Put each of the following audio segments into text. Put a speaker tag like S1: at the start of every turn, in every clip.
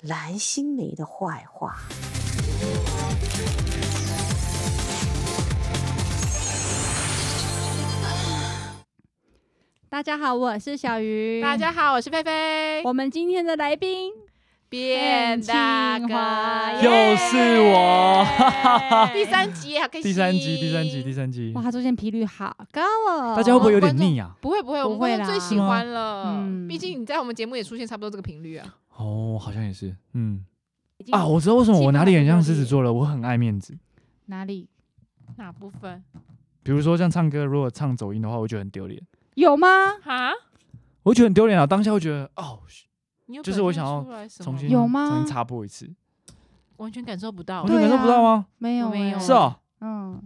S1: 蓝心湄的坏话。
S2: 大家好，我是小鱼。
S3: 大，家哎好，我是菲菲，
S2: 我们今天的来宾，
S3: 变大
S2: 变庆华
S3: 哥，
S2: 耶
S4: 又是我哈哈哈
S3: 第三集，好开心，
S4: 第三集，第三集，第三集
S2: 哇，，他出现频率好高哦。
S4: 嗯大家会不会有点腻啊？
S3: 不会不会，我
S2: 不
S3: 们
S2: 会
S3: 观
S2: 啦
S3: 众最喜欢了
S2: 嗯，
S3: 毕竟你在我们节目也出现差不多这个频率啊。
S4: 哦，好像也是，嗯
S2: 已经
S4: 啊，我知道为什么
S2: 进
S4: 我
S2: 化
S4: 哪里很像
S2: 很多
S4: 狮子
S2: 年
S4: 座了，我很爱面子。
S2: 哪里
S3: 哪部分
S4: 比如说像唱歌，如果唱走音的话，我觉得很丢脸，
S2: 有吗？
S3: 啊？
S4: 我觉得很丢脸啊。当下会觉得哦，
S3: 你有
S4: 就是我想
S3: 感
S4: 要
S3: 受出来什么
S4: 重新
S2: 有
S4: 重
S2: 吗
S4: 新插播一次，
S3: 完全感受不到
S4: 我就
S2: 对啊
S4: 感受不到吗？
S2: 没有，哎
S3: 我没有
S4: 是哦，
S2: 嗯，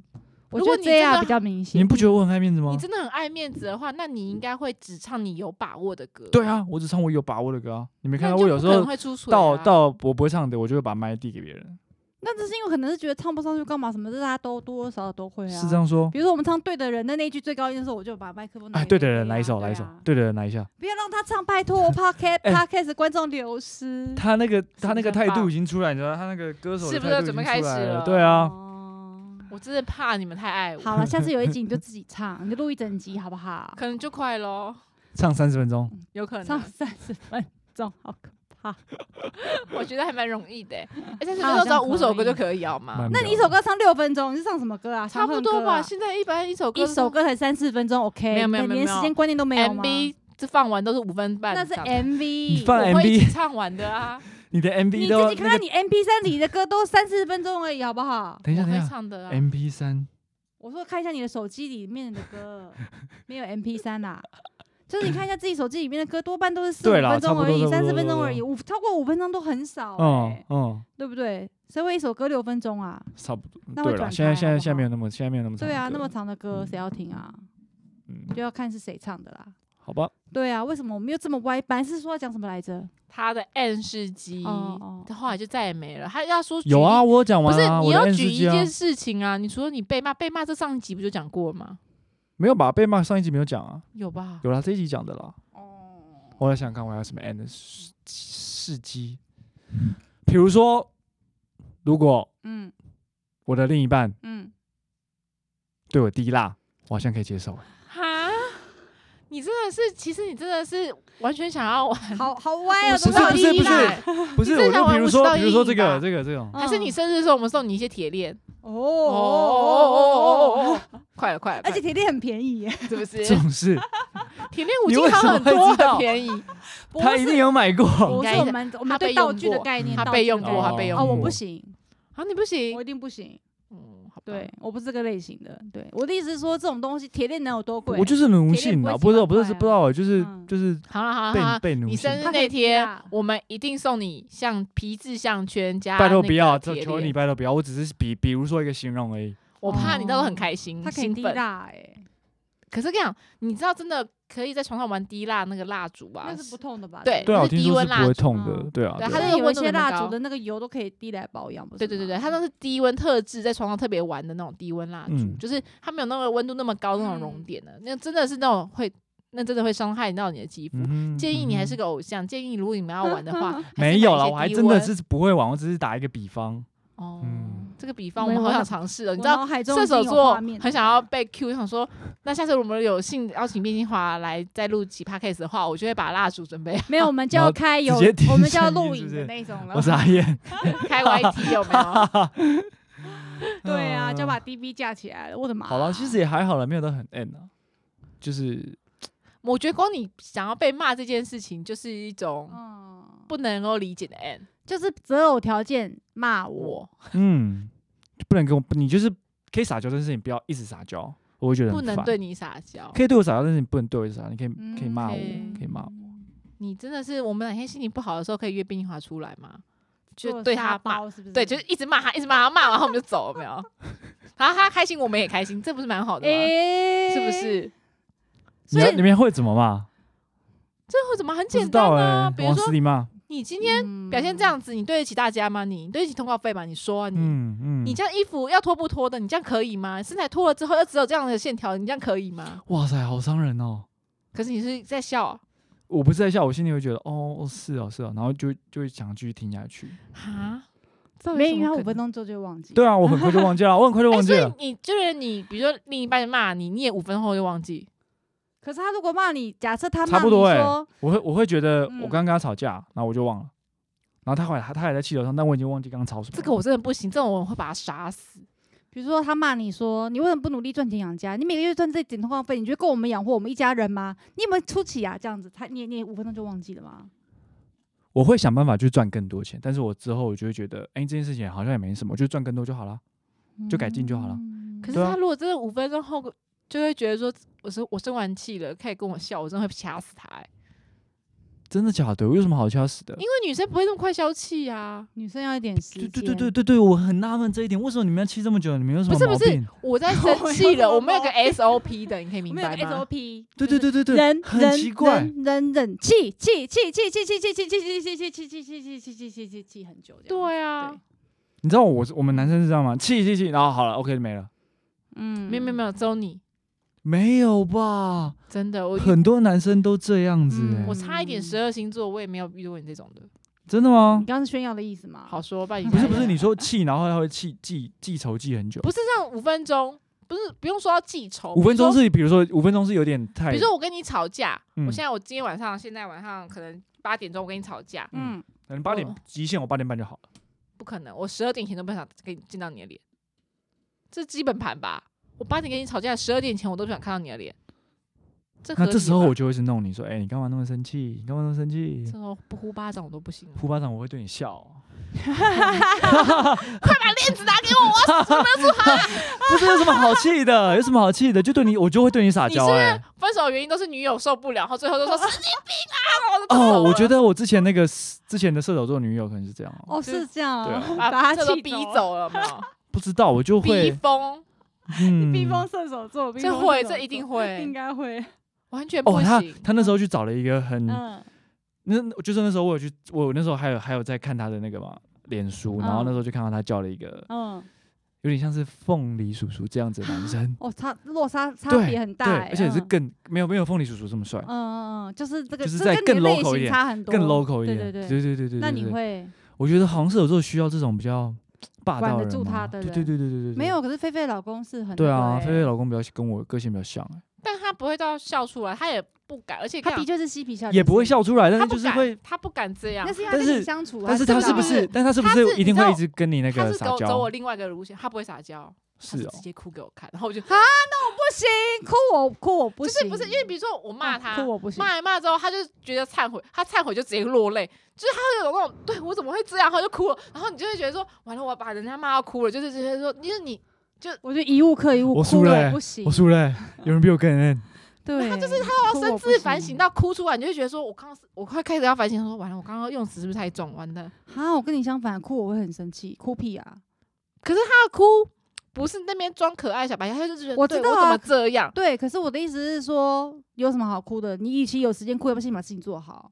S2: 我觉
S3: 如果
S2: 得
S3: 你
S2: 这样
S3: 真的
S2: 比较明
S4: 你
S2: 显。
S4: 们不觉得我很爱面子吗
S3: 你？真的很爱面子的话，那你应该会只唱你有把握的歌。
S4: 对，啊，我只唱我有把握的歌啊。你没看
S3: 那
S4: 到
S3: 你就
S4: 我有
S3: 不
S4: 时
S3: 可能
S4: 候
S3: 会啊出错。
S4: 到到我不会唱的，我就会把麦递给别人，
S2: 那只是因为可能是觉得唱不上去干嘛什么，这大家都多多少少都
S3: 嗯
S2: 会啊。
S4: 是这。样说。
S2: 比如说我们唱对的人的那一句最高音的时候，我就把麦克风拿
S4: 哎，
S2: 给
S4: 对的
S2: 菲菲
S4: 人
S2: 啊
S4: 来一首，
S2: 对
S4: 来一首
S2: 啊，
S4: 对的人来 一下。
S2: 不要让他唱，拜 托，podcast
S4: 哎
S2: podcast 观众流失。
S4: 他那个他那
S3: 是很
S4: 个态度
S3: 棒
S4: 已经出来，你知道他那个歌手的
S3: 是不是
S4: 态度
S3: 准备
S4: 已经
S3: 开
S4: 出来
S3: 始
S4: 了
S3: 了
S4: 对啊，
S2: 哦
S3: 我真的怕你们太爱我，
S2: 好了，下次有一集你就自己唱，你就录一整集好不好？
S3: 可能就快喽，
S4: 唱三十分钟，
S3: 有可
S2: 唱
S3: 能。
S2: 三十分钟，好可怕。
S3: 我觉得还蛮容易的，欸而且是
S2: 好像
S3: 那时候五首歌
S2: 可以
S3: 就可以好吗
S4: 慢？
S2: 那
S4: 聊
S2: 你一首歌唱六分钟，你是唱什么歌啊？
S3: 差不
S2: 唱
S3: 多
S2: 恨歌啊
S3: 吧，现在一般一首歌
S2: 一首歌才三四分钟，OK？
S3: 没有没有
S2: 你
S3: 没有
S2: 连时间观念都没有吗？
S3: MV 这放完都是五分半
S2: 那
S3: 以
S2: 是
S3: 上的，
S2: MV，
S4: 放
S3: 我会一
S4: MV
S3: 起唱完的啊，
S4: 你的
S2: 你
S4: MV
S2: 自
S4: 都
S2: 己看看你 MP 三里的歌都三四分钟而已，好不好？
S4: 等一
S3: 我
S4: 下
S3: 会
S4: 等一下
S3: 唱的啊。
S4: ，MP 三
S2: 我说看一下你的手机里面的 歌，没有 MP 三啦。就是你看一下自己手机里面的歌，多半都是四五
S4: 对啦
S2: 分钟而已，
S4: 差不多差
S2: 三
S4: 不多
S2: 十分钟而已，五超过五分钟都很少、
S4: 嗯
S2: 欸，
S4: 嗯，
S2: 对不对？谁会一首歌六分钟啊？
S4: 差不多，
S2: 那会
S4: 嗯对了，
S2: 转
S4: 现在
S2: 台
S4: 现
S2: 好不
S4: 在现在没
S2: 好
S4: 有那么现在没有那么长
S2: 对啊，
S4: 的
S2: 那
S4: 歌
S2: 么长的歌
S4: 嗯
S2: 谁要听啊？
S4: 嗯，
S2: 就要看是谁唱的啦。
S4: 好吧，
S2: 对啊，为什么我们又这么歪？本来是说要讲什么来着？
S3: 他的 N 是鸡，
S2: 哦
S3: 他后来就再也没了。他要说举
S4: 有啊，
S3: 例，
S4: 我有讲
S3: 不
S4: 完
S3: 是
S4: 啊，
S3: 你
S4: 我的
S3: 要
S4: N
S3: 举
S4: 世
S3: 一
S4: 界啊
S3: 件，事情啊？你除了你被骂，被骂这上一集不就讲过吗？
S4: 没有吧？被骂上一集没有讲啊，
S3: 有吧？
S4: 有啦，这一集讲的啦。
S2: 哦，
S4: 我在想看我还有什么 N 的事事迹，比如说，如果
S2: 嗯
S4: 我的另一半
S2: 嗯，
S4: 对我滴蜡，我好像可以接受 欸。
S3: 哈，你真的是，其实你真的是完全想要玩，
S2: 好好歪啊，
S4: 不是
S2: 都到
S4: 不是
S2: 一
S4: 不是
S2: 半
S4: 不是，
S3: 真的
S4: 我就
S3: 玩
S4: 比如
S3: 50
S4: 说
S3: 到
S4: 比如说
S3: 110
S4: 这个
S3: 吧
S4: 这个这种，
S3: 还是你生日的时候我们送你一些铁链？
S2: 哦
S3: 哦哦哦哦哦！快了快了，
S2: 而且铁链很便宜耶，
S3: 快了是不是
S4: 这种事，
S3: 铁链五
S4: 你
S3: 金
S4: 为
S3: 好
S4: 什么
S3: 很
S4: 会
S3: 多，
S4: 知道
S3: 很便 宜。
S2: 不
S4: 他一定有买过。
S2: 不是
S3: 应该
S2: 我们我们
S3: 他
S2: 对
S3: 被用
S2: 道具的
S3: 过
S2: 概念，
S4: 嗯
S3: 他
S2: 道
S3: 备
S2: 具的
S3: 用
S2: 概
S3: 过，
S2: 念
S3: 他备用
S2: 哦，
S3: 过。
S2: 我不行，
S3: 啊，你不行
S2: 我一，定不行，
S3: 嗯，好吧
S2: 对，，我不是这个类型的，对我的意思是说，这种东西铁链能有多贵？
S4: 我就是奴
S2: 铁链
S4: 性
S2: 不
S4: 啊，
S2: 会
S4: 不知
S2: 几
S4: 道
S2: 万
S4: 不是
S2: 块
S4: 不知
S3: 哦
S4: 道，就是
S2: 嗯
S4: 就是
S3: 好了好了
S4: 被
S3: 好了，
S4: 被奴
S3: 啊你生
S4: 性。
S3: 日
S2: 他可
S3: 那
S2: 以贴
S3: 天
S2: 啊，
S3: 我们一定送你像皮质项圈加
S4: 拜托
S3: 那
S4: 不
S3: 个
S4: 要，
S3: 铁
S4: 求求
S3: 链哎
S4: 你，拜托不要，我只是比比如说一个形容而已。
S3: 我怕你到时候很
S2: 哦
S3: 开心，
S2: 它可以
S3: 兴
S2: 滴
S3: 奋。
S2: 答哎，
S3: 可是跟你讲，你知道真的可以在床上玩滴蜡那个蜡烛啊
S2: 那，是不痛的吧？
S3: 对
S4: 对啊，
S3: 那是
S4: 我听
S3: 低
S4: 说
S3: 温
S4: 是
S3: 蜡
S4: 不会
S3: 烛
S4: 痛
S2: 嗯
S4: 的，对啊，
S3: 对
S4: 对
S3: 它
S4: 啊
S2: 像
S3: 那个
S2: 有一
S3: 温度
S2: 些
S3: 那么
S2: 蜡烛
S3: 高
S2: 的那个油都可以滴来保养，不是
S3: 对对对对，
S2: 吗
S3: 它那是低温特制，在床上特别玩的那种低温蜡烛，
S4: 嗯
S3: 就是它没有那个温度那么高那种熔
S2: 嗯
S3: 点的，那真的是那种会，那真的会伤害到你的肌肤。
S4: 嗯哼
S3: 建议你还是
S4: 嗯哼
S3: 个偶像，建议如果你们要玩的 话还是买一
S4: 没
S3: 些低温，
S4: 有啦，我还真的是不会玩，我只是打一个 比方。
S3: 哦
S4: 嗯，
S3: 这个比方我
S2: 没
S3: 们
S2: 有
S3: 好
S2: 我
S3: 想尝试哦，你
S2: 我
S3: 知道
S2: 脑海中
S3: 射
S2: 已经
S3: 手
S2: 有
S3: 座
S2: 画面
S3: 很想要被 Q，想说，那下次我们有幸邀请卞金华来再录几 p a c a s e 的话，我就会把蜡烛准备
S2: 没有，我们就
S4: 啊然
S2: 要
S4: 后
S2: 开有，
S4: 直接提
S2: 我们就要
S4: 声音
S2: 录
S4: 是
S2: 影
S4: 不
S2: 的
S4: 是
S2: 那种了
S4: 我。是阿 燕，
S3: 开 YT 有没有？
S2: 对啊，就把 DV 架起来了，我的妈！
S4: 嗯好了，其实也还好了，没有到很 N 啊，就是
S3: 我觉得光你想要被骂这件事情，就是一种
S2: 嗯，
S3: 不能够理解的 N。
S2: 就是择偶条件骂我，
S3: 我
S4: 嗯，不能跟我，你就是可以撒娇，但是你不要一直撒娇，我会觉得很
S3: 不能
S4: 烦
S3: 对你撒娇，
S4: 可以对我撒娇，但是你不能对我撒娇，你可以
S2: 嗯
S4: 可以骂我，
S3: 可以
S4: 可以骂我。
S3: 你真的是我们哪天心情不好的时候，可以约卞金华出来吗？就
S2: 做
S3: 对
S2: 沙
S3: 他骂，
S2: 包是不是？
S3: 对，就是一直骂他，一直骂他，骂完后我们就走，有没有？然后他开心，我们也开心，这不是蛮好的吗？
S2: 诶、
S3: 是不？是？所
S4: 你
S3: 以
S4: 们你们会怎么骂？
S3: 这会怎么很
S4: 不知
S3: 简单
S4: 道
S3: 啊？
S4: 哎，
S3: 比如
S4: 往死
S3: 说
S4: 里骂。
S3: 你今天
S4: 嗯
S2: 嗯
S3: 表现这样子，你对得起大家吗？你对得起通告费吗？你说啊，你、
S4: 嗯嗯，
S3: 你这样衣服要脱不脱的？你这样可以吗？身材脱了之后又只有这样的线条，你这样可以吗？
S4: 哇塞，好伤人哦！
S3: 可是你是在笑啊
S4: 我不是在笑，我心里会觉得哦，哦是哦是哦，然后就就会想继续听下去。
S3: 啊？这有
S2: 没
S3: 什
S2: 有，
S3: 么
S2: 他
S3: 可
S2: 五
S3: 能
S2: 分钟之后就忘记。
S4: 对啊，我很快就忘记了，我很快就
S3: 哎、
S4: 忘记
S3: 所
S4: 了
S3: 以。你就是你，比如说另一半骂你，你也五分钟后就忘记。
S2: 可是他如果骂你，假设他
S4: 差
S2: 骂
S4: 不
S2: 你
S4: 多欸
S2: 说，
S4: 我会我会觉得我
S2: 嗯
S4: 刚刚跟他吵架，然后我就忘了，然后他后来他他也在气头上，但我已经忘记刚刚吵什么了。
S3: 这个我真的不行，这种我会把他杀死。
S2: 比如说他骂你说，你为什么不努力赚钱养家？你每个月赚这点通告费，你觉得够我们养活我们一家人吗？你有没有出息啊？这样子，他你你五分钟就忘记了吗？
S4: 我会想办法去赚更多钱，但是我之后我就会觉得，哎、这件事情好像也没什么，就赚更多就好了。就改进就好了
S2: 嗯
S3: 可是
S4: 对啊
S3: 他如果真的五分钟后就会觉得说，我生我生完气了，开始跟我笑，我真的会掐死他、哎，
S4: 真的假的？我有什么好掐死的
S3: 因？为女生不会那么快消气啊。
S2: 女生要一点时
S4: 对
S2: 间。
S4: 对对对对对，我很纳闷这一点，为什么你们要气这么久？你们有什么
S3: 不是
S4: 毛
S3: 不
S4: 病？
S3: 是，我在
S2: 我
S3: 生
S2: 有
S3: 气
S2: 什
S3: 了，
S2: 么
S3: 我们有个
S2: 毛
S3: SOP 的，你可以明
S2: 没有
S3: 白
S2: 一个
S3: 吗？
S2: SOP，
S4: 对
S2: 就
S4: 对
S2: 是
S4: 对对对，
S2: 忍
S4: 很
S2: 忍
S4: 奇怪
S2: 忍忍忍气气气气气气气气气气气气气气气气气气气很久这样。
S3: 对啊，
S2: 对
S4: 你知道我是我们男生是这样吗？气气气，然后好了，OK 没了，
S2: 嗯
S3: 没有没有没有，只有你
S4: 没有吧？
S3: 真的我遇。
S4: 很多男生都这样子、
S2: 嗯
S4: 哎
S3: 我差一点
S2: 嗯
S3: 十二星座，我也没有遇到过你这种的。
S4: 真的
S2: 你
S4: 吗？
S2: 刚刚是炫耀的意思吗？嗯
S3: 好说，不然你
S4: 不是
S3: 讲
S4: 不
S3: 一
S4: 是，
S3: 讲
S4: 你说气，然后他会气记记仇记很久，
S3: 不是这样五分钟，不是不用说要记仇，
S4: 五分
S3: 比
S4: 钟
S3: 如说
S4: 是比如说五分钟是有点太，
S3: 比如说我跟你吵架，
S4: 嗯
S3: 我现在我今天晚上现在晚上可能八点钟我跟你吵架，
S2: 嗯，
S4: 可能八点极限，我八点半就好了。
S3: 不可能，我十二点前都不想跟你见到你的脸，这基本盘吧。我八点跟你吵架，十二点前我都不想看到你的脸。这
S4: 那
S3: 合
S4: 这
S3: 理
S4: 时候
S3: 吗
S4: 我就会是弄你说，哎、你干嘛那么生气？你干嘛那么生气
S3: 这？时候不呼巴掌我都不行了，
S4: 呼巴掌我会对你笑哦，
S3: 快把链子拿给我，
S4: 不是有什么好气的，有 什么好气的？就对你，我就会对你撒
S3: 你是
S4: 娇
S3: 不是啊
S4: 哎、
S3: 分手的原因都是女友受不了，然后最后 都说神经病啊！我都
S4: 哦，我觉
S3: 得
S4: 得我之前那个之前的射手座女友可能是这样哦，
S2: 哦是这样
S4: 对
S2: 哦
S4: 啊，
S3: 把
S2: 把
S3: 这
S2: 他
S3: 都
S2: 气哦
S3: 逼，走了，有没有？
S4: 不知道我就
S3: 逼
S4: 会
S3: 疯，
S4: 嗯
S2: 逼疯射手座，逼
S3: 这
S2: 疯
S3: 会，
S2: 射手
S3: 这一定
S2: 座应
S3: 会，
S2: 该会，
S3: 完全不
S4: 哦，他
S3: 行。
S4: 他那时候去找了一个很
S2: 嗯，
S4: 那就是那时候我有去，我那时候还有还有在看他的那个嘛脸书，然后
S2: 嗯
S4: 那时候就看到他叫了一个、
S2: 嗯，，
S4: 有点像是凤梨叔叔这样子的男生
S2: 哦，差落差差
S4: 对
S2: 别很大
S4: 对
S2: 欸，，
S4: 而且是
S2: 嗯
S4: 更没有没有凤梨叔叔这么帅，
S2: 嗯嗯嗯，就是这个，
S4: 就是
S2: 这
S4: 再
S2: 跟你的
S4: 更
S2: 类
S4: local 一
S2: 型
S4: 点
S2: 差很多，
S4: 更 local 一点，
S2: 对对
S4: 对对对对
S2: 那你
S4: 对
S2: 会
S4: 我觉得好像是有时候需要这种比较霸道
S2: 管
S4: 的
S2: 得
S4: 人
S2: 住
S4: 嘛
S2: 他的
S4: 对对对对对对，
S2: 没有？可是菲菲老公是很
S4: 对啊，
S2: 那个欸
S4: 菲菲老公比较跟我个性比较像、欸
S3: 但他不会到笑出来，他也不敢，而且
S2: 他的
S3: 确
S2: 确是嬉皮笑脸，
S4: 也不会，笑出来，但
S3: 他
S4: 是
S3: 不
S4: 就是
S3: 敢
S4: 会，，
S3: 他不敢这样
S2: 那。是因为
S4: 但
S2: 他跟
S4: 是
S2: 你相处啊，
S4: 但是他
S2: 真
S4: 是
S2: 的
S4: 不
S2: 啊
S4: 是，但他是不
S3: 他
S4: 是
S3: 是
S4: 一
S3: 你
S4: 定
S3: 知
S4: 会
S3: 道
S4: 一直跟你那
S3: 他
S4: 个
S3: 是
S4: 撒
S3: 走走
S4: 娇
S3: 我？另外一个路线，他不会撒娇，他
S4: 是
S3: 是
S4: 哦
S3: 直，接哭给我看，然后我就
S2: 不行，哭我哭我不
S3: 不
S2: 行，
S3: 是不是，因为比如说我骂
S2: 啊
S4: 哦
S3: 他
S2: 哭，我不行，
S3: 骂一骂之后，他就觉得忏悔，他忏悔就直接落泪，就是他会有那种对我怎么会这样，然后就哭了，然后你就会觉得说完了，我把人家骂到哭了，就是觉得说，因为你
S2: 我就一物克一物，
S4: 我输
S2: 哭
S4: 了
S2: 我
S4: 欸
S2: 不行
S4: 我，输 了欸、有人比我更嫩。
S2: 对，他就是他
S3: 到深哦自反省到哭出来，你就会觉得说，我刚刚是我快开始要反省，说完了，我刚刚用词是不是太重，完了。
S2: 啊，我跟你相反，哭我会很生气，哭屁啊，
S3: 可是他的哭不是那边装可爱小白他就是觉得
S2: 我
S3: 对
S2: 知道
S3: 我怎
S2: 啊
S3: 么这样，
S2: 对，可是我的意思是说，有什么好哭的？你与其有时间哭，要不先把事情做好。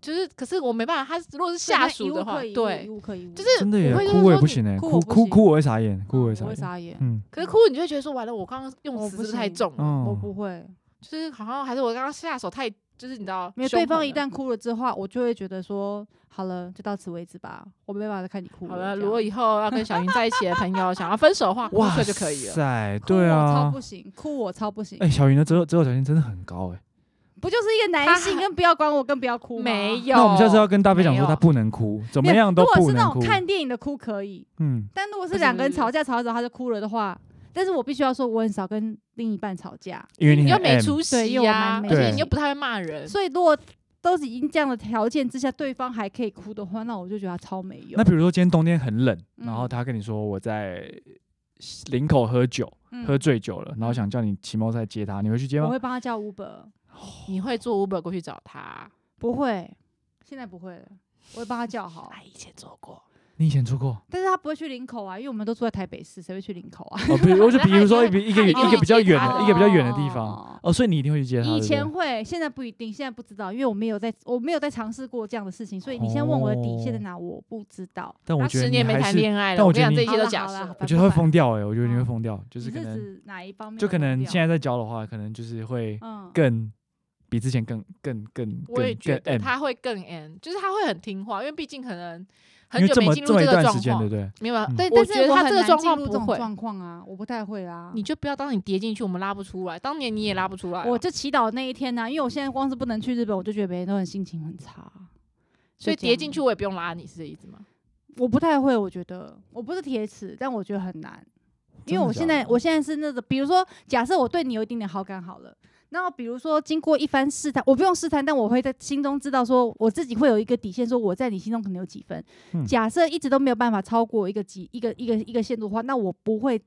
S3: 就是可是我没办法，他如果是下属的话，
S2: 一
S3: 对，
S2: 物克一物，
S3: 就
S4: 真
S3: 是
S4: 的耶，
S3: 我会
S4: 哭我也不
S3: 就是说你。
S4: 行哎，
S2: 哭
S4: 哭
S2: 我不
S4: 哭
S2: 行嗯
S4: 哭我会傻眼，哭我会
S2: 我会
S4: 傻眼。
S2: 傻眼，
S4: 嗯，
S3: 可是哭你就会觉得说完了，我刚刚用
S2: 我
S3: 词是
S2: 不
S3: 不是太
S2: 行
S3: 重了？
S2: 嗯我
S4: 哦，
S2: 不会。
S3: 就是好像还是我刚刚下手太，就是你知道，
S2: 没有，
S3: 凶
S2: 对方
S3: 狠
S2: 一
S3: 了
S2: 旦哭了之后，我就会觉得说，好了，就到此为止吧，我没办法再看你哭
S3: 好了，
S2: 这
S3: 如果
S2: 样
S3: 以后要跟小云在一起的朋 友想要分手的话，哭
S4: 哇
S3: 出来就可以了。
S4: 塞，
S2: 哭
S4: 对
S2: 我超
S4: 啊
S2: 不，行，哭我超不行，
S4: 哎，小云的择偶择偶条件真的很高哎。
S2: 不就是一个男
S3: 他
S2: 性
S3: 还
S2: 跟不要管我，跟不要哭吗
S3: 没。有，
S4: 那我们下次要跟大飞讲说，
S3: 没有
S4: 他不能哭，怎
S2: 没
S4: 么
S2: 有
S4: 样都
S2: 如果
S4: 不
S2: 是那
S4: 能哭
S2: 种。看电影的哭可以，
S4: 嗯，
S2: 但如果
S3: 不
S2: 是
S3: 是
S2: 两
S3: 不
S2: 个人
S3: 是
S2: 吵架吵一吵他就哭了的话，但是我必须要说，我很少跟另一半吵架，
S4: 因为你
S3: 你又
S4: 很
S3: 没
S4: M，
S3: 出
S2: 对
S3: 息
S2: 因为我
S3: 呀、
S2: 蛮没
S3: 而且
S4: 出
S3: 你
S4: 息
S3: 又不太会骂人，
S2: 所以如果都是已经这样的条件之下，对方还可以哭的话，那我就觉得他超没用
S4: 那。比如说今天冬天很冷，
S2: 嗯
S4: 然后他跟你说我在林口喝酒，
S2: 嗯
S4: 喝醉酒了，然后想叫你骑摩托车来接他，你会去接
S2: 我
S4: 吗？
S2: 会帮他叫 Uber，
S3: 你会做 Uber 过去找他。
S2: 不会，现在不会了。我会帮他叫好。
S3: 阿姨以前做过，
S4: 你以前做过？
S2: 但是他不会去林口啊，因为我们都住在台北市，谁会去林口啊？
S4: 哦，比如我就比如说一 个一个
S3: 他
S4: 一
S3: 以前
S4: 个比较远的，
S3: 他
S4: 一个比较远的地方。
S2: 哦。
S4: 哦，所以你一定会去接他。
S2: 以
S4: 对
S2: 前
S4: 不对
S2: 会，现在不一定，现在不知道，因为我没有在，我没有在尝试过这样的事情，所以你现在问我的底
S4: 哦
S2: 线在哪，我不知道。
S4: 但我
S3: 他
S4: 觉得
S3: 十
S4: 你
S3: 年没
S4: 还
S3: 谈
S4: 是，
S3: 恋爱了，
S4: 但我
S3: 我跟
S4: 觉
S3: 你
S4: 得
S3: 讲这
S2: 好
S3: 一切都
S4: 你
S2: 啦
S3: 假
S2: 好啦
S3: 设
S2: 好。吧
S4: 我觉得他会疯掉哎，我觉得你会
S2: 嗯
S4: 疯掉，就是可能
S2: 指哪一方面？
S4: 就可能现
S2: 在，
S4: 在在教的话，可能就是会
S2: 嗯，
S4: 更比之前更更更
S3: 我也
S4: 更
S3: 觉
S4: 更嗯
S3: 得
S4: M，
S3: 他会更 N，就是他会很听话，因为毕竟可能很
S4: 因为
S3: 久
S4: 这
S3: 没
S4: 么
S3: 进
S4: 这
S3: 入
S4: 么一
S3: 这个
S4: 段时
S3: 状
S4: 间，对
S3: 况
S4: 不。对？
S3: 没有，
S4: 嗯
S3: 对，
S2: 但
S3: 但
S2: 是
S3: 他这个状况
S2: 不
S3: 不会，
S2: 状况啊，我不太会啦。
S3: 你就不要当你跌进去，我们拉不出来。当年你也拉不出来啊，
S2: 我就祈祷那一天呢、因为我现在光是不能去日本，我就觉得别人都很心情很差，
S3: 所以
S2: 就这样
S3: 跌进去我也不用拉你，是这意思吗？
S2: 我不太会，我觉得我不是铁齿，但我觉得很难，因为我
S4: 真
S2: 现
S4: 的假
S2: 在
S4: 的
S2: 我现在是那种，比如说假设我对你有一点点好感好了。然后，比如说，经过一番试探，我不用试探，但我会在心中知道，说我自己会有一个底线，说我在你心中可能有几分。
S4: 嗯
S2: 假设一直都没有办法超过一个几一个一个一个限度的话，那我不会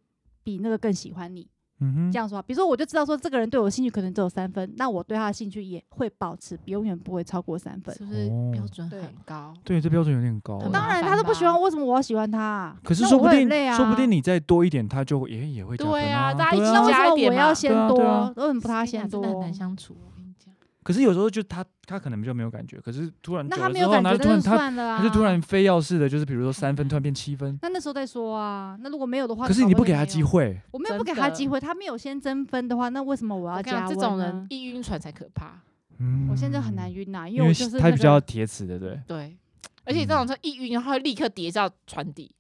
S2: 比那个更喜欢你。
S4: 嗯
S2: 这
S4: 哼，
S2: 样说吧，比如说我就知道说这个人对我兴趣可能只有三分，那我对他的兴趣也会保持，永远不会超过三分。
S3: 是不是
S4: 哦
S3: 标准
S2: 对
S3: 很高？
S4: 对，这标准有点高
S3: 很
S2: 当
S4: 哎。
S3: 麻
S2: 然
S3: 烦
S2: 他都不喜欢
S3: 吧
S2: 我，为什么我要喜欢他啊、
S4: 可是
S2: 那
S4: 说
S2: 我
S4: 不
S2: 会很
S4: 定
S2: 累，啊、
S4: 说不定你再多一点，他就也也会加
S3: 对
S4: 分
S3: 啊
S4: 啊。
S3: 大家一
S4: 对
S3: 起
S4: 啊
S2: 那为
S3: 加
S2: 什
S3: 一
S2: 么
S3: 点
S2: 我要
S3: 嘛
S2: 先
S4: 对啊
S2: 多？
S4: 对啊
S2: 为什么不他先
S3: 真
S2: 多
S3: 的？很难相处。我跟你讲，
S4: 可是有时候就他他可能就没有感觉，可是突然
S2: 那
S4: 久
S2: 他
S4: 了
S2: 没
S4: 之
S2: 有
S4: 后
S2: 感觉，
S4: 然后突
S2: 那
S4: 然
S2: 就
S4: 他
S2: 算了啊。
S4: 他就突然非要似的，就是比如说三分突然变七分，
S2: 那那时候再说啊。那如果没有的话，
S4: 可是
S2: 搞
S4: 你不
S2: 好也
S4: 给他
S2: 没
S4: 机
S2: 有，
S4: 会，
S2: 我没有
S3: 真
S2: 不给他
S3: 的
S2: 机会，他没有先争分的话，那为什么我
S3: 我
S2: 要
S3: 跟你讲
S2: 加
S3: 这
S2: 温
S3: 种
S2: 呢
S3: 人一晕船才可怕。
S4: 嗯
S2: 我现在很难，晕呐、因
S4: 因
S2: 为
S4: 为
S2: 我就是、那
S4: 他
S2: 个、
S4: 比较铁齿的，对，
S3: 对，而且这
S4: 嗯
S3: 种车一晕，然后会立刻跌到船底。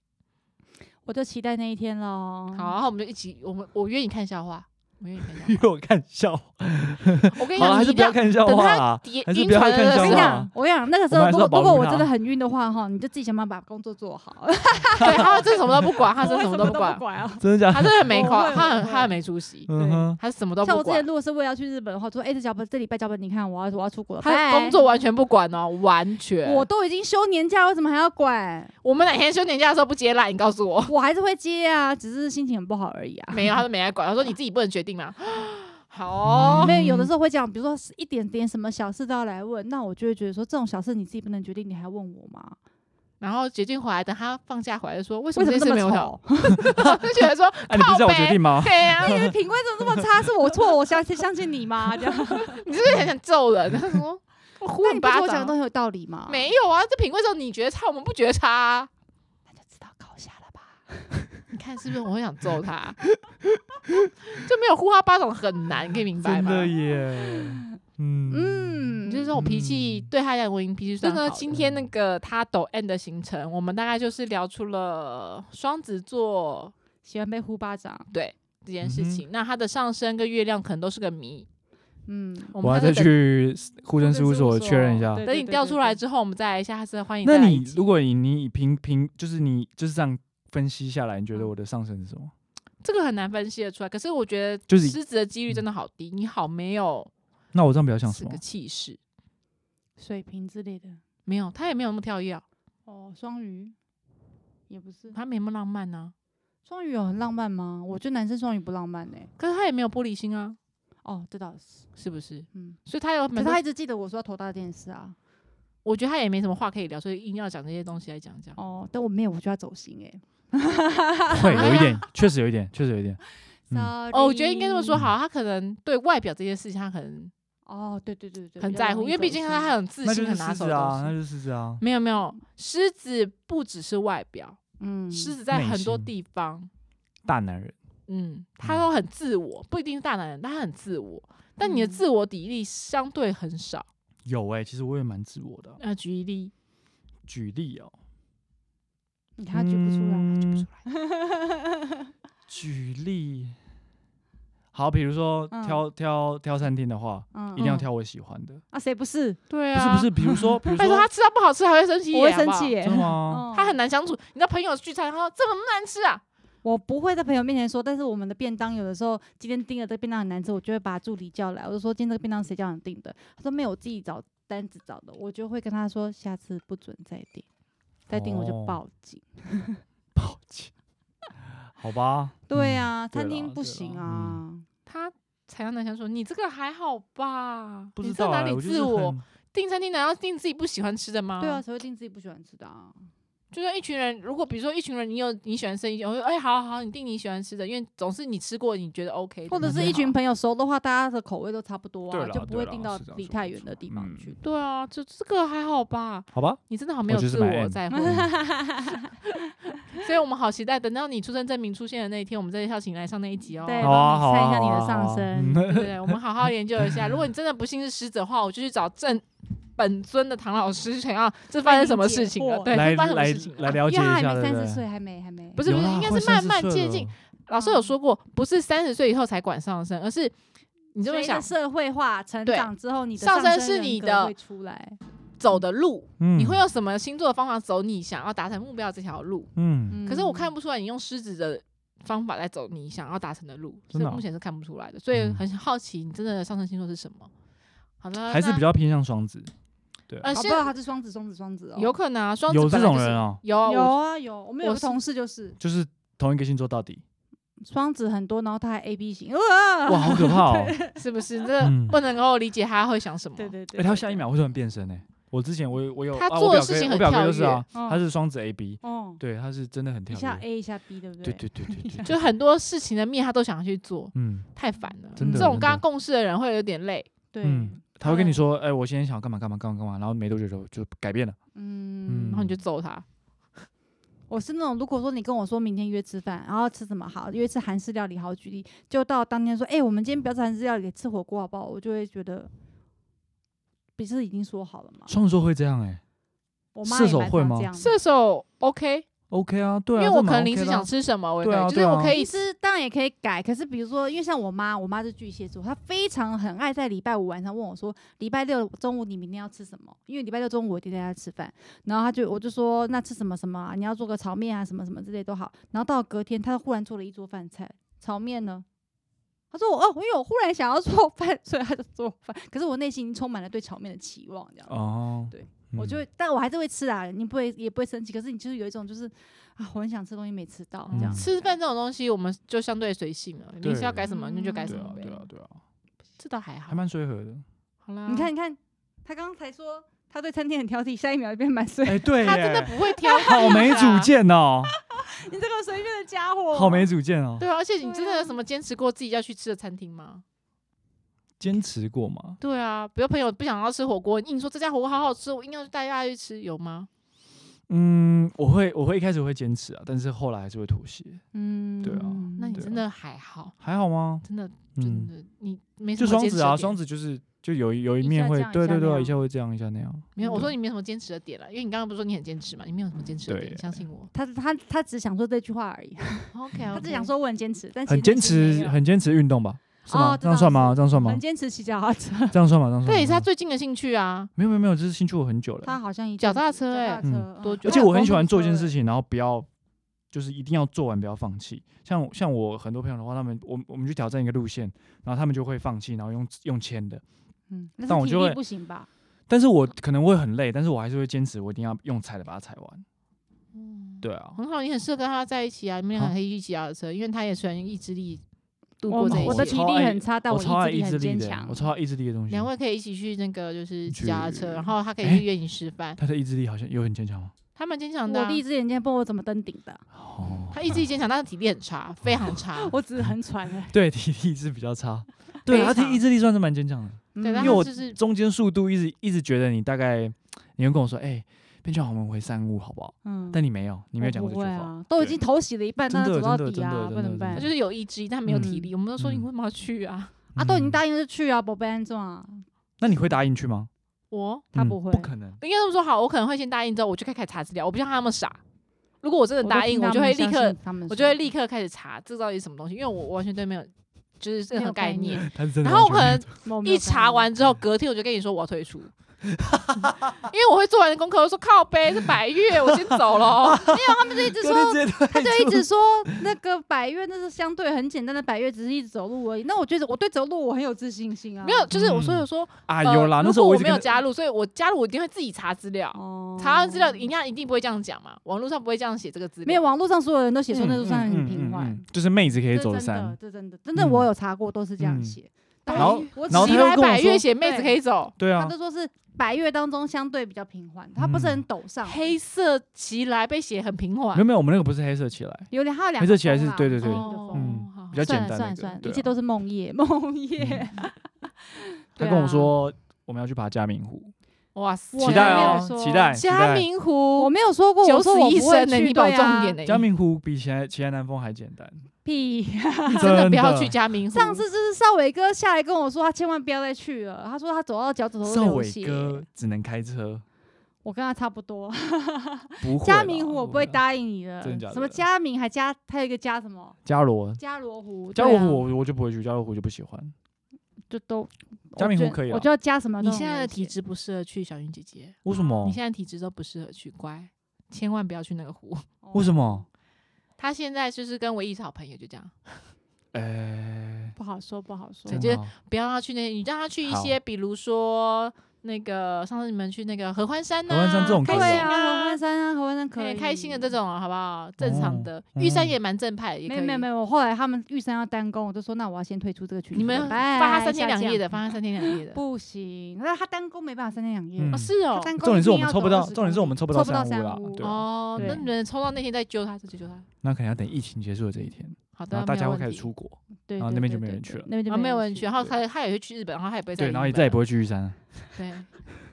S2: 我就期待那一天
S4: 嗯
S2: 喽。
S3: 好，，然后我们就一起，我们我约你看笑话，我约你 看笑
S4: 因为我看笑话，
S3: 话。我跟你
S4: 好
S3: 讲，
S4: 了，
S3: 你
S4: 还是
S3: 一
S4: 不
S3: 定
S4: 要看笑
S3: 等
S4: 话啊
S3: 他
S4: 啦。
S3: 跌
S4: 还是
S3: 晕
S4: 不要
S3: 船的
S4: 看
S3: 时
S2: 我
S4: 笑
S3: 候
S2: 跟你
S4: 话
S2: 讲，我跟你讲，那个时
S4: 我
S2: 候
S4: 们还
S2: 如
S4: 是
S2: 果
S4: 要保
S2: 如果
S4: 护
S2: 我
S4: 他
S2: 真的很晕的话，哈，你就自己想办法把工作做好。
S3: 对，他真的什么都不管，他真
S2: 为
S3: 的
S2: 什
S3: 什
S2: 么
S3: 么
S2: 都
S3: 不 管，
S2: 管啊？
S4: 真的假
S3: 他
S4: 的？
S3: 真的很没
S2: 我
S3: 空，
S2: 会
S3: 他
S2: 我
S3: 很他
S2: 会
S3: 很没出息，
S4: 嗯哼，
S3: 他什么都
S2: 像
S3: 不
S2: 我之前
S3: 管，
S2: 如果是为了要去日本的话，说哎、这脚本这礼拜脚本你看我要我要出国了，
S3: 他
S2: 拜
S3: 工作完全不管哦，完全。
S2: 我都已经休年假，为什么还要管？
S3: 我们哪天休年假的时候不接赖，你告诉我。
S2: 我还是会接啊，只是心情很不好而已啊。
S3: 没有，他都没来管，他说你自己不能决定嘛。 好
S4: 嗯
S3: 哦，
S2: 没有，有的时候会这样，比如说是一点点什么小事都要来问，那我就会觉得说这种小事你自己不能决定，你还问我吗？
S3: 然后决定回来，等他放假回来就说为什
S2: 为
S3: 么
S2: 什
S3: 这
S2: 么这么
S3: 件事没有想，
S2: 丑？
S3: 就觉得 说
S4: 哎，你不是
S3: 靠
S4: 要我
S3: 背
S4: 决 定吗？
S3: 对呀、
S2: 你的 品味怎么这么差？是我错，我相信相信你吗？这样，
S3: 你是不是很想揍人？ 他说我呼
S2: 那
S3: 你
S2: 你不觉
S3: 巴
S2: 得我讲的
S3: 掌
S2: 都。很有道理吗？
S3: 没有啊，这品味只有你觉得差，我们不觉得差、啊。
S2: 那就知道高下了吧。
S3: 你看是不是？我会想揍 他，就没有呼他巴掌很难，你可以明白
S4: 真
S3: 吗？
S4: 的耶，嗯
S2: 嗯，
S3: 你就是说我脾气
S4: 嗯
S3: 对他来讲，我已经脾气算
S2: 真的
S3: 好了今天那个他抖 N 的行程，我们大概就是聊出了双子座
S2: 喜欢被呼巴掌。
S3: 对这件事
S4: 嗯
S3: 情。那他的上升跟月亮可能都是个谜。
S2: 嗯，
S3: 我
S4: 我
S3: 们
S4: 要
S3: 下
S4: 再
S3: 次等
S4: 去户政事务所确认一下。
S2: 对
S3: 等你调出来之后，我们再来下次欢迎再
S4: 那
S3: 来一
S4: 你
S3: 集。
S4: 如果你你评评就是你就是这样分析下来，你觉得我的上升是什么？
S3: 这个很难分析的出来，可是我觉得
S4: 就是
S3: 狮子的几率真的好低，你好没有
S4: 那我这样比较像
S3: 是
S4: 什么
S3: 个？气势，
S2: 水瓶之类的。
S3: 没有，他也没有那么跳跃啊，
S2: 哦，双鱼也不是，
S3: 他没那么浪漫啊呢、
S2: 双鱼有很浪漫吗？我觉得男生双鱼不浪漫呢、
S3: 可是他也没有玻璃心啊，
S2: 哦，这倒是，
S3: 是不是？
S2: 嗯，
S3: 所以他有，
S2: 可是他
S3: 他
S2: 一直记得我说要投大电视啊。
S3: 我觉得他也没什么话可以聊，所以硬要讲这些东西来讲讲。
S2: 哦，但我没有，我就要走心哎、
S4: 会有一点，确实有一点，确实有一点。嗯
S2: Sorry
S3: 哦，我觉得应该这么说，好，他可能对外表这件事情，他可能
S2: 哦，对对对对，
S3: 很
S2: 比较
S3: 在乎，
S2: 容易
S3: 因为毕
S2: 走
S3: 竟
S2: 心
S3: 他很自
S4: 那就
S3: 信、
S4: 是
S3: 很拿
S4: 狮
S3: 手
S4: 子
S3: 的
S4: 啊，
S3: 东
S4: 那
S3: 西。
S4: 就是狮子啊。
S3: 没有没有，狮子不只是外表，
S2: 嗯
S3: 狮子在
S4: 内
S3: 很多
S4: 心
S3: 地方，
S4: 大男人，
S3: 嗯，他都很自我，不一定是大男人，但他很自我。但你的
S2: 嗯
S3: 自我底力相对很少。
S4: 有哎、其实我也蛮自我的啊。
S3: 那举例，
S4: 举例哦，
S2: 你看他举不出来，他举不出
S4: 嗯 举例，好，比如说
S2: 嗯
S4: 挑、挑挑餐厅的话，
S2: 来，嗯
S4: 一定要
S2: 嗯
S4: 挑我喜欢的。
S2: 啊，谁不是？
S3: 对
S4: 不
S3: 啊，
S4: 是不是，比 如说比如
S3: 拜托他
S4: 说，
S3: 吃到不好吃还会生气耶，
S2: 我会
S3: 好不
S2: 生
S3: 好
S2: 气耶、
S4: 真的吗？
S2: 哦
S3: 他很难相处。你知道朋友聚餐，他说这么难吃啊，
S2: 我不会在朋友面前说，但是我们的便当有的时候今天订的这个便当很难吃，我就会把助理叫来，我就说今天这个便当谁叫你订的？他说没有，我自己找单子找的，我就会跟他说下次不准再订，再订我就
S4: 哦
S2: 报警。
S4: 抱歉，
S3: 嗯
S4: 好吧。
S2: 对
S4: 嗯，
S2: 啊，
S4: 对
S2: 餐
S4: 啦
S2: 厅不
S4: 对啦
S2: 行
S4: 嗯
S2: 啊。
S3: 他才让难相处。你这个还好吧？
S4: 不
S3: 你
S4: 知
S3: 这
S4: 道
S3: 哪
S4: 哎、
S3: 里
S4: 我就
S3: 啊
S4: 是
S3: 自我？
S4: 很
S3: 订餐厅难道订自己不喜欢吃的吗？
S2: 对啊，，谁会订自己不喜欢吃的啊？
S3: 就是一群人，如果比如说一群人，你有你喜欢吃的，我说哎，好好好，你订你喜欢吃的，因为总是你吃过，你觉得 OK，的
S2: 或者
S3: 那
S2: 是
S3: 就
S2: 一群
S3: 好
S2: 朋友熟的话，大家的口味都差不多
S4: 对
S2: 啊，
S4: 啦
S2: 就不
S4: 对
S2: 会
S4: 啦
S2: 定到
S4: 是这样
S2: 离
S4: 说
S2: 太
S4: 没
S2: 远的
S4: 错
S2: 地方
S4: 嗯
S2: 去。
S3: 对啊，就这个还好吧？
S4: 好吧，
S3: 你真的好没有
S4: 我就是
S3: 自
S4: 买
S3: 我
S4: M
S3: 在乎，
S4: 嗯
S3: 所以我们好期待等到你出生证明出现的那一天，我们再邀请你来上那一集哦。
S2: 对，
S4: 好啊
S2: 帮你猜一下
S4: 好
S2: 你
S4: 啊
S2: 的
S4: 好
S2: 上
S4: 啊
S2: 身。
S3: 对对，我们好好研究一下。如果你真的不幸是狮子的话，我就去找正本尊的唐老师，想要这发生什么事情了？对，
S4: 来
S3: 这发生什么
S4: 来
S3: 事情了？啊
S4: 来了解
S2: 因为他还
S4: 一下，
S2: 没三
S4: 对不
S2: 十
S4: 对
S2: 岁，？还没还没
S3: 不是
S4: 有
S3: 不是，
S4: 啦
S3: 应该
S4: 快
S3: 是慢
S4: 30
S3: 慢
S4: 岁
S3: 接
S4: 了
S3: 近。老师有说过，不是三十岁以后才管上身，而是你这么
S2: 随
S3: 想
S2: 着社会化成
S3: 对
S2: 长之后，你的
S3: 上身
S2: 身
S3: 是
S2: 人
S3: 你
S2: 格
S3: 的
S2: 会出来。
S3: 走的路，
S4: 嗯
S3: 你会用什么星座的方法走你想要达成目标的这条路。
S4: 嗯，
S3: 可是我看
S2: 嗯
S3: 不出来你用狮子的方法在走你想要达成的路，
S4: 真
S3: 所
S4: 的
S3: 以
S4: 哦
S3: 目前是看不出来的。所以
S4: 嗯
S3: 很好奇你真正的上升星座是什么？好了，
S4: 还是
S3: 那
S4: 比较偏向双子，
S3: 呃，
S2: 搞
S3: 现
S2: 不好他是双子，双子，双子哦，
S3: 有可能啊，双子
S4: 有这
S3: 本来
S4: 种
S3: 就是
S4: 人哦，
S3: 有啊
S2: 有
S3: 我
S2: 啊有，我们有
S3: 我
S2: 个
S3: 是
S2: 同事就是
S4: 就是同一个星座 到底，
S2: 双子很多，然后他还 A B 型，哇
S4: 哇，好可怕哦！
S3: 是不是？这
S4: 嗯
S3: 不能够理解他会想什么。
S2: 对对对，
S4: 哎，他下一秒会突然变身呢。我之前我我有
S3: 他
S4: 啊我
S3: 做的
S4: 表
S3: 事
S4: 哥
S3: 情
S4: 我
S3: 很
S4: 表哥
S3: 跳
S4: 就是啊，
S2: 嗯
S4: 他是双子 A B，
S2: 哦，
S4: 对，他是真的很
S2: 一下
S4: 跳跃，
S2: A 一下 B，对不对？
S4: 对对对 对对，
S3: 就很多事情的面他都想要去做，
S4: 嗯，
S3: 太烦了。
S4: 真
S2: 的
S3: 这
S4: 真
S3: 种
S4: 的
S3: 跟他共事的人会有点累。
S2: 对
S4: 嗯他会跟
S2: 对
S4: 你说，哎，我今天想要干嘛干嘛干嘛干嘛，然后没多久就就改变了，
S2: 嗯
S3: 然后你就揍他。
S2: 我是那种，如果说你跟我说明天约吃饭，然后吃什么好，约吃韩式料理好，举例，就到当天说，哎、我们今天不要吃韩式料理，吃火锅好不好？我就会觉得，不是已经说好了吗？
S4: 双子座会这样哎
S2: 我妈
S4: 射
S2: 也
S4: 手
S2: 蛮
S4: 会
S2: 常
S4: 吗
S2: 这样的。
S3: 射手 OK，
S4: ，OK 啊，对
S3: 因
S4: 啊，
S3: 为
S4: 这
S3: 我可
S4: 蛮
S3: 能临
S4: OK
S3: 时
S4: 的啊
S3: 想吃什么，我也
S4: 对
S3: 可
S4: 啊
S3: 以，就
S4: 对
S3: 是
S4: 啊
S3: 我可以
S2: 其实哦当然也可以改，可是比如说，因为像我妈，我妈是巨蟹座，她非常很爱在礼拜五晚上问我说，礼拜六中午你明天要吃什么？因为礼拜六中午我一定在家吃饭，然后她就我就说那吃什么什么、啊，你要做个炒面啊什么什么之类都好。然后到了隔天，她忽然做了一桌饭菜，炒面呢？她说我哦，因为我忽然想要做饭，所以她就做饭。可是我内心已经充满了对炒面的期望，这样子。
S4: 哦，
S2: 对
S4: 嗯，
S2: 我就会，但我还是会吃啊，你不会也不会生气，可是你就是有一种就是啊，我很想吃东西没吃到这样
S4: 嗯
S2: 子。
S3: 吃饭这种东西，我们就相对随性了。你
S4: 对
S3: 是要改什么那就改什
S4: 对
S3: 么
S4: 啊
S3: 呗
S4: 对，啊对啊，
S3: 这倒还好
S4: 还。蛮随和 的，
S3: 好啦，
S2: 你看，你看，他刚才说他对餐厅很挑剔，下一秒就变蛮随，
S4: 哎，对耶，
S3: 他真的不会 挑，
S4: 好没主。见哦，
S2: 你这个随便的家伙，
S4: 好没主见哦，
S3: 对啊，而且你真的
S2: 对啊
S3: 有什么坚持过自己要去吃的餐厅吗？
S4: 坚持过嘛，
S3: 对啊，比如朋友不想要吃火锅，硬说这家火锅好好吃，我硬要带大家去吃，有吗？
S4: 嗯，我会我会一开始会坚持啊，但是后来还是会妥协，
S2: 嗯，
S4: 对啊
S3: 那你
S4: 对
S3: 真的还好，
S4: 还好吗？
S3: 真的真
S4: 嗯，
S3: 的你没什
S4: 就
S3: 么
S4: 双
S3: 坚持
S4: 子
S3: 的
S4: 啊，
S3: 点。
S4: 双子就是就有一有一
S2: 一
S4: 面
S2: 下
S4: 会
S2: 这，样
S4: 对
S2: 一下
S4: 对
S2: 那
S4: 对，
S2: 样
S4: 一下会这样，一下那样，
S3: 没有，我
S2: 嗯
S3: 说你没什么坚持的点了，因为你刚刚不是说你很坚持嘛，你没有什么坚持的点，
S4: 对
S3: 你相信我。
S2: 他他他只想说这句话而已，
S3: OK，
S2: 他只想说我很坚持，但其实
S4: 很坚
S2: 内心没
S4: 持
S2: 有
S4: 很坚持运动吧？是吗？
S2: 哦
S4: 这样算吗？
S2: 这
S4: 这样算吗
S2: 很？坚持骑脚踏车，
S4: 这样算吗？这样算吗？
S3: 这也是他最近的兴趣啊。
S4: 没有没有没有，这是兴趣我很久了
S2: 他，好像一
S3: 脚
S2: 阵子
S3: 踏车
S2: 脚踏
S3: 欸
S2: 车
S3: 多久
S4: 嗯而且我很喜欢做一件，
S2: 嗯
S4: 事情，然后不要就是一定要做完，不要放弃。像我像我很多朋友的话，他们我我们去挑战一个路线，然后他们就会放弃，然后用用签的。
S2: 嗯，那
S4: 但
S2: 是
S4: 我
S2: 体
S4: 就
S2: 力
S4: 会
S2: 不行吧？
S4: 但是我可能会很累，但是我还是会坚持，我一定要用踩的把它踩完。
S3: 嗯，
S4: 对啊，
S3: 很好，你很适合跟他在一起啊，你们俩
S4: 好
S3: 可以一起脚踏车，因为他也喜欢意志力度
S2: 我
S3: 过这一
S2: 我的
S3: 切
S2: 体
S4: 超
S2: 力
S4: 爱
S2: 很差，但
S4: 我超爱
S2: 意
S4: 意
S2: 志
S4: 志
S2: 力
S4: 力
S2: 很坚
S4: 的
S2: 强，，
S4: 我超爱意志力的东西。
S3: 两位可以一起去那个就是
S4: 去
S3: 脚踏车，然后他可以
S4: 哎
S3: 去约你吃饭，
S4: 他的意志力好像有很坚强吗？
S3: 他蛮坚强的
S2: 我
S3: 啊
S2: 的。意志力很坚强，不然我怎么登顶 的？
S4: 哦，
S3: 他意志力坚强，但是体力很差，非常差。
S2: 我只是很喘而已。
S4: 对，体力是比较差。对，他
S3: 非
S4: 的
S3: 常
S4: 意志力算是蛮坚强的。
S3: 对，
S2: 嗯
S3: 但
S4: 因为
S3: 他
S4: 我
S3: 就是
S4: 中间速度一直一直觉得你大概，你会跟我说，哎、边角我们回三五好不好？
S2: 嗯
S4: 但你没有，你没有讲过这句
S2: 我不
S4: 话。
S2: 会啊，都已经头洗了一半，
S4: 真
S2: 但
S4: 的
S2: 是走到
S4: 真的
S2: 底
S4: 真
S2: 啊，
S4: 的
S2: 不能
S4: 真的
S2: 办
S3: 他。就是有意志力，但他没有
S2: 嗯
S3: 体力。我们都说
S4: 嗯
S3: 你为什么要去啊？
S2: 啊，都已经
S4: 嗯
S2: 答应就去啊，宝贝安装啊，
S4: 那你会答应去吗？
S3: 我
S2: 他
S4: 嗯
S2: 不会
S4: 不可能。
S3: 应该这么说好，我可能会先答应，之后我就可以开始查资料。我不像他们傻，如果我真的
S2: 都
S3: 答
S2: 听
S3: 应，我
S2: 他
S3: 就
S2: 们
S3: 会立
S2: 相
S3: 刻
S2: 信，他们
S3: 我就会
S2: 说
S3: 立刻开始查这到底是什么东西，因为我完全对没有就是
S2: 没
S3: 任何
S2: 有概
S3: 概念。
S4: 他是真的
S3: 然后我
S4: 完
S3: 可能
S4: 全
S2: 我没有
S3: 一
S2: 概
S3: 查
S2: 念
S3: 完之后，隔天我就跟你说我要退出， 因为我会做完功课，我说靠背是百越，我先走了哦。
S2: 他就一直
S4: 没有
S2: 说，
S4: 隔天直接
S2: 他就
S4: 退
S2: 一
S4: 出
S2: 直说那个百越那是相对很简单的百越，只是一直走路而已。那我觉得我对走路我很有自信心啊，
S3: 没有，就是我说
S4: 嗯
S3: 有说
S4: 啊
S3: 啊
S4: 有
S2: 呃
S4: 啦，那
S3: 如
S4: 时候
S3: 果
S4: 我一
S3: 我
S4: 直
S3: 没有
S4: 跟
S3: 加入，所以我加入我一定会自己查资料，
S2: 哦
S3: 查完资料人家一定不会这样讲嘛，网络上不会这样写这个资料。
S2: 没有，网络上所有人都写说那座山
S4: 嗯
S2: 很
S4: 嗯
S2: 平
S4: 嗯
S2: 缓
S4: 嗯，就是妹子可以
S2: 这
S4: 走
S2: 真
S4: 山
S2: 的，，这真的，真的我
S4: 嗯
S2: 有查过，都是这样
S4: 嗯
S2: 写。
S4: 然后
S2: 我
S4: 然后
S2: 只
S3: 几
S4: 他又
S3: 百
S4: 跟我
S3: 百
S4: 说
S3: 越写妹子
S2: 对
S3: 可以走，
S4: 对
S2: 他
S4: 啊嗯
S2: 就，说是百越当中相对比较平缓，它不是很陡上，
S3: 黑色旗来被写很平
S4: 没有
S3: 缓，
S4: 没有，我们那个不是黑色起来，
S2: 有点还有两
S4: 黑
S2: 个
S4: 色起来
S2: 风
S4: 是
S2: 啦
S4: 对对对
S3: 哦
S4: 嗯
S3: 好
S4: 比较
S2: 算
S4: 简
S2: 了
S4: 单
S2: 算了
S4: 那个
S2: 算了，
S4: 对
S2: 一
S4: 啊嗯
S2: 切都是梦夜梦夜。
S4: 他
S2: 对
S4: 跟我
S2: 啊
S4: 说我们要去爬嘉明湖，
S3: 哇塞，
S2: 我
S4: 期
S2: 还
S4: 待
S2: 没有
S4: 哦，
S2: 说
S4: 期待，期
S3: 嘉
S4: 待。
S3: 明
S2: 我
S3: 湖
S2: 没有说过，
S3: 九
S2: 我
S3: 死
S2: 说我
S3: 一
S2: 不会
S3: 生呢，
S2: 去，
S3: 你保
S2: 对
S3: 重
S2: 啊
S3: 点呢，
S4: 嘉明湖比起来，其他南峰还简单，
S2: 屁！
S4: 真
S3: 真的不要去。嘉明湖。
S2: 上次就是少伟哥下来跟我说，他千万不要再去了。他说他走到脚趾头都
S4: 少
S2: 流
S4: 伟
S2: 血。
S4: 哥只能开车，
S2: 我跟他差不多。
S4: 不会啦。
S2: 嘉明湖我不会答应你的，
S4: 真的假的
S2: 什么嘉明还加，他有一个加什么
S4: 嘉罗，
S2: 加罗湖，
S4: 嘉
S2: 对
S4: 罗
S2: 啊
S4: 湖我我就不会去，嘉罗湖就不喜欢。
S2: 就都
S4: 嘉明湖
S2: 我觉得
S4: 可以啊
S2: 我就要加什么？
S3: 你现在的体，质不适合去，小云姐姐，
S4: 为什么
S3: 你？现在体质都不适合去，乖，千万不要去那个湖。
S4: 为
S2: 哦
S4: 什么？
S3: 他现在就是跟唯一是好朋友，就这样，
S4: 哎，
S2: 不好说？不好说
S3: 对。
S4: 真
S3: 就是
S4: 好
S3: 不要让他去那，你让他去一
S4: 好
S3: 些，比如说那个上次你们去那个合欢山呐、
S4: 合欢山这种可以
S3: 开
S2: 对
S3: 心
S4: 哦
S2: 啊，合欢
S3: 山
S2: 山啊，合欢山可以
S3: 开心的这。种啊，好不好？正常
S4: 哦
S3: 的，
S4: 嗯
S3: 玉山也蛮正派，也可
S2: 没有
S3: 以。
S2: 没有没有，我后来他们玉山要单攻，我就说那我要先退出这个群
S3: 你
S2: 组。
S3: 们
S2: 拜
S3: 发他三天两夜
S2: 下
S3: 的，
S2: 降
S3: 发他三天两 夜的，
S2: 不行，那他单攻没办法三天两夜。
S4: 嗯
S3: 哦是
S2: 他
S3: 哦。
S2: 单攻
S4: 重点
S2: 一
S4: 是我
S2: 定
S4: 们
S2: 要
S4: 抽不
S2: 走
S4: 到，
S2: 20
S4: 重点是我们抽不
S2: 抽
S4: 到
S2: 不到
S4: 山屋啦
S2: 山屋。
S4: 对啊，
S3: 哦，
S2: 对
S3: 那你们抽到那天再揪他，再揪他。
S4: 那可能要等疫情结束的这一天，
S3: 好的，
S4: 然后大
S3: 啊没有
S4: 家会
S3: 问
S4: 开始
S3: 题
S4: 出国，
S2: 对，
S4: 然后
S2: 对
S4: 那
S2: 对
S4: 边就没
S2: 对
S4: 人
S2: 对
S4: 去了
S2: 那边就
S3: 啊，没有
S2: 人
S3: 人去，然后
S4: 对
S3: 他他也会去日本，然后他也不会
S4: 对，
S3: 理
S4: 然后
S3: 你
S4: 也再也
S3: 们
S4: 不会去玉山了。
S3: 对，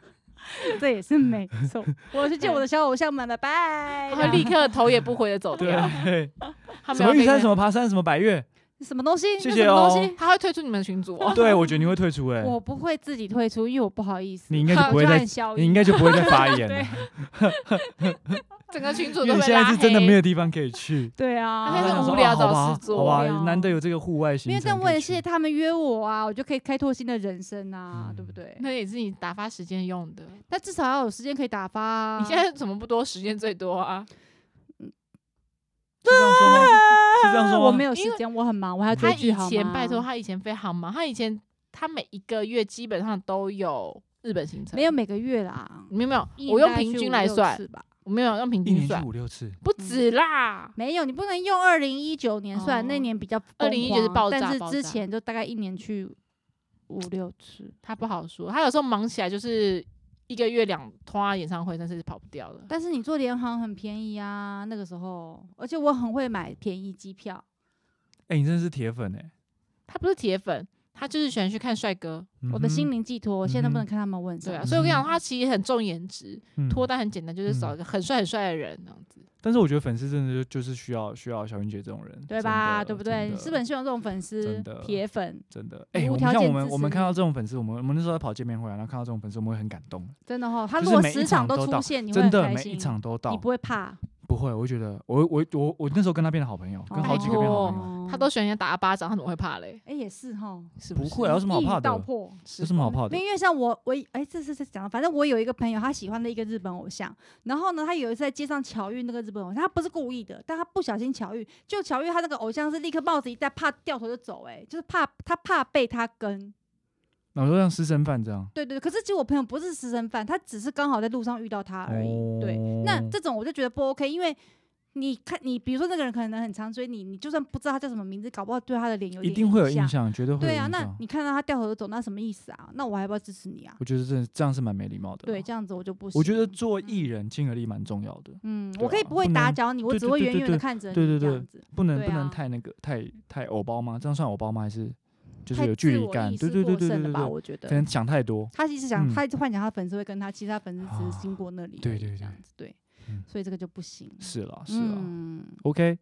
S2: 这也是没错。我去见我的小偶像们了，拜。
S3: 他会立刻头也不回的走掉。
S4: 对，啊
S3: 他没
S4: 什
S3: 有
S4: 么玉
S3: 跟
S4: 山，
S3: 你
S4: 什么爬山，什么百越，
S2: 什么东西？
S4: 谢
S2: 那
S4: 谢
S2: 什么东
S4: 哦
S2: 西。
S3: 他会退出你们群组哦。
S4: 对，我觉得你会退出哎，
S2: 我不会自己退出，因为我不好意思。
S4: 你应该就不会
S2: 我
S4: 再
S2: 按消
S4: 你
S2: 音
S4: 应该就不会再发言了，
S3: 整个群主
S4: 因
S3: 都
S4: 为
S3: 被
S4: 你
S3: 拉
S4: 现在是真的没
S3: 有。
S4: 有地方可以去。
S2: 对啊，
S3: 他现在
S4: 然后
S3: 是
S4: 想
S3: 无
S4: 说
S3: 聊
S4: 啊好
S3: 找
S4: 吧
S3: 事做
S4: 好吧
S2: 无聊，
S4: 难得有这个户外行程可以去，
S2: 因为但我也是他们约我啊，我就可以开拓新的人生啊，
S4: 嗯
S2: 对不对？
S3: 那也是你打发时间用的。
S2: 那至少要有时间可以打发啊。
S3: 你现在怎么不多，时间最多啊？
S4: 是这 样说 吗？是这样说吗
S2: 我没有时间，我很忙，我还要
S3: 他
S2: 追
S3: 以
S2: 剧好
S3: 前
S2: 吗
S3: 拜托，他以前非常忙，他以前他每一个月基本上都有日本行程，
S2: 没有每个月啦，
S3: 没有没有
S2: 一，年
S3: 我用
S2: 大概
S3: 平
S2: 去
S3: 均
S2: 五
S3: 来
S2: 六
S3: 算，
S2: 次吧。
S3: 我没有用平
S4: 一
S3: 均
S4: 年去
S3: 算，
S4: 五六次，
S3: 不止啦。
S2: 没有，你不能用二零一九年算，那
S3: 哦
S2: 年比较疯
S3: 2019是
S2: 狂
S3: 爆炸
S2: 但是
S3: 爆
S2: 之
S3: 炸
S2: 前就大概一年去五六次，
S3: 他不好说，他有时候忙起来就是一个月两拖演唱会，但是跑不掉的。
S2: 但是你做联航很便宜啊，那个时候，而且我很会买便宜机票，
S4: 哎，你真的是铁粉哎，
S3: 他不是铁粉，他就是喜欢去看帅哥，
S2: 我的心
S4: 里
S2: 灵寄托，我现在
S4: 嗯嗯哼
S2: 不能看他们问
S3: 对
S2: 什
S3: 啊。
S2: 么。
S3: 所以我跟你讲，他其实很重颜值，脱单很简单，就是找
S4: 嗯
S3: 一个很帅很帅的人这样子。
S4: 但是我觉得粉丝真的就就是需要需要小云姐这种人，
S2: 对吧？对
S4: 真的
S2: 不对？
S4: 真
S2: 你
S4: 的
S2: 是不是很希望这种粉丝
S4: 的
S2: 铁粉，
S4: 真的，哎、
S2: 无
S4: 我们
S2: 条
S4: 像我
S2: 件
S4: 们
S2: 支
S4: 我们
S2: 持
S4: 看到
S2: 你
S4: 这种粉丝，我们我们那时候在跑见面会啊，然后看到这种粉丝，我们会很感动，
S2: 真的哈、哦他
S4: 就
S2: 如
S4: 是
S2: 果
S4: 每一
S2: 十
S4: 场
S2: 场都
S4: 都到
S2: 出现，你会
S4: 真
S2: 很
S4: 的
S2: 开
S4: 每
S2: 心，
S4: 一场都到
S2: 你，不会怕，
S4: 不会，我会觉得我我我我那时候跟他变得好朋友，跟好几个变好朋友，
S2: 哦
S3: 他都喜欢人家打他巴掌，他怎么会怕嘞？
S2: 哎也是哈、
S3: 是
S4: 不
S3: 是
S4: 会啊，有什么好
S2: 一
S4: 怕
S2: 语道
S4: 的？
S2: 破。
S4: 有什么好怕的
S2: 没？有，因为像我，我哎，这是这讲的，反正我有一个朋友，他喜欢的一个日本偶像，然后呢，他有一次在街上巧遇那个日本偶像，他不是故意的，但他不小心巧遇，就巧遇他那个偶像是立刻帽子一戴，怕掉头就走、哎，就是怕他怕被他跟，
S4: 然后就像私生饭这样，
S2: 对对对，可是其实我朋友不是私生饭，他只是刚好在路上遇到他而已，哎对，
S4: 哦
S2: 那这种我就觉得不 OK，因为。你看，你比如说那个人可能很常追你，你就算不知道他叫什么名字，搞不好对他的脸有
S4: 一
S2: 点
S4: 定会有
S2: 印
S4: 印。象，绝对会有
S2: 对
S4: 印
S2: 啊，
S4: 象。
S2: 那你看到他掉头就走，那什么意思啊？那我还要不要支持你啊？
S4: 我觉得这这样是蛮没礼貌的。
S2: 对，，这样子嗯我就不行。
S4: 我觉得做艺人亲和力蛮重要的，
S2: 嗯，
S4: 对
S2: 我可以
S4: 啊
S2: 不会
S4: 不
S2: 打
S4: 能
S2: 搅你，我
S4: 对
S2: 只
S4: 对
S2: 会
S4: 对
S2: 远
S4: 对
S2: 远的
S4: 对
S2: 看着你
S4: 对对
S2: 这
S4: 对
S2: 样子。
S4: 不能
S2: 对
S4: 不能
S2: 啊
S4: 太那个太太偶包吗？这样算偶包吗？还是就是
S2: 太
S4: 有距
S2: 自
S4: 离
S2: 我
S4: 感？
S2: 意
S4: 对
S2: 识
S4: 对对
S2: 过
S4: 对
S2: 剩
S4: 对
S2: 了
S4: 对
S2: 吧
S4: 对，
S2: 我觉
S4: 可
S2: 得
S4: 能想太多。
S2: 他一直想，
S4: 嗯
S2: 他一直幻想他粉丝会跟他，其实他粉丝只是经过那里而已，
S4: 对对
S2: 这
S4: 对
S2: 样子对
S4: 嗯，
S2: 所以这个就不行。
S4: 是啦是啦、
S2: 嗯，
S4: o k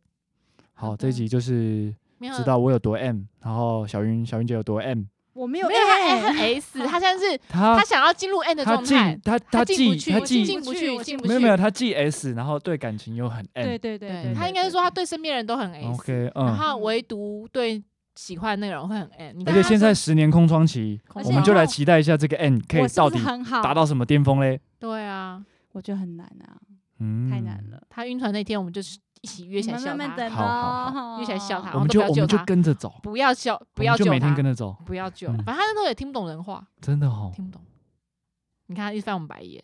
S4: 好，
S3: 好
S4: 这一
S3: 的
S4: 集就是
S3: 没有
S4: 知道我有多 M，然后小云小云姐有多 M，
S2: 我没
S3: 没
S2: 有
S3: 有他
S2: A，
S3: N 和 S，他现在是
S4: 她
S3: 他想要进入 N 的
S4: 她
S3: 状态
S4: 进，她她
S3: 进不
S4: 既
S3: 去，
S4: 她
S3: 我
S4: 既
S3: 进不去，
S2: 我
S3: 我进
S2: 进
S3: 不
S2: 不
S3: 去。
S4: 没有没有她既 S，然后对感情又很 M，
S2: 对对对
S3: 对
S2: 对，
S3: 他
S2: 对
S3: 应该
S2: 对
S3: 说他
S2: 对
S3: 对身边人都很 S，、
S4: OK
S3: 然
S4: 嗯，
S3: 后唯独对喜欢那个人会很 N。你跟
S4: 而且
S3: 他
S4: 现
S3: 说
S4: 在十年空窗期，
S2: 而
S4: 我
S2: 且
S4: 们
S2: 然
S4: 就来
S2: 后
S4: 期待一下这个 N 可以
S2: 我是
S4: 到
S2: 不
S4: 底
S2: 是很好
S4: 达，到什么巅峰嘞？
S3: 对啊，
S2: 我觉得很难啊，
S4: 嗯，
S2: 太难。了。
S3: 他晕船那天我们就是一起约
S2: 你
S3: 起来
S2: 们
S3: 笑他，
S2: 慢慢等
S4: 好好
S2: 咯
S3: 约起来笑他
S4: 我
S3: 然后
S4: 们
S3: 都不
S4: 就
S3: 要
S4: 哦我
S3: 救
S4: 们就
S3: 他
S4: 跟着走，
S3: 不要笑，
S4: 我
S3: 不要
S4: 们就
S3: 救
S4: 每天
S3: 他
S4: 跟，着走，
S3: 不要救，
S4: 嗯
S3: 反正他那时候也听不懂人话，
S4: 真的哦。
S3: 听不懂。你看他一直翻我们白眼，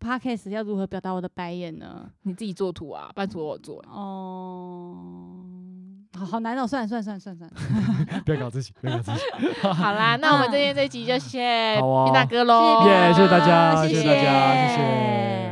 S2: Podcast 要如何表达我的白眼呢？
S3: 你自己做图啊，半图我做、
S2: 哦，好好好难哦，算了算了算了算了算了，
S4: 不要搞自己，不要搞自己。
S3: 好啦， 那我们今天这一集就谢谢
S4: 好哦
S3: 大哥
S2: 好
S3: 喽，
S4: 耶，谢谢大家，
S2: 谢
S4: 谢大家，谢
S2: 谢
S4: 谢。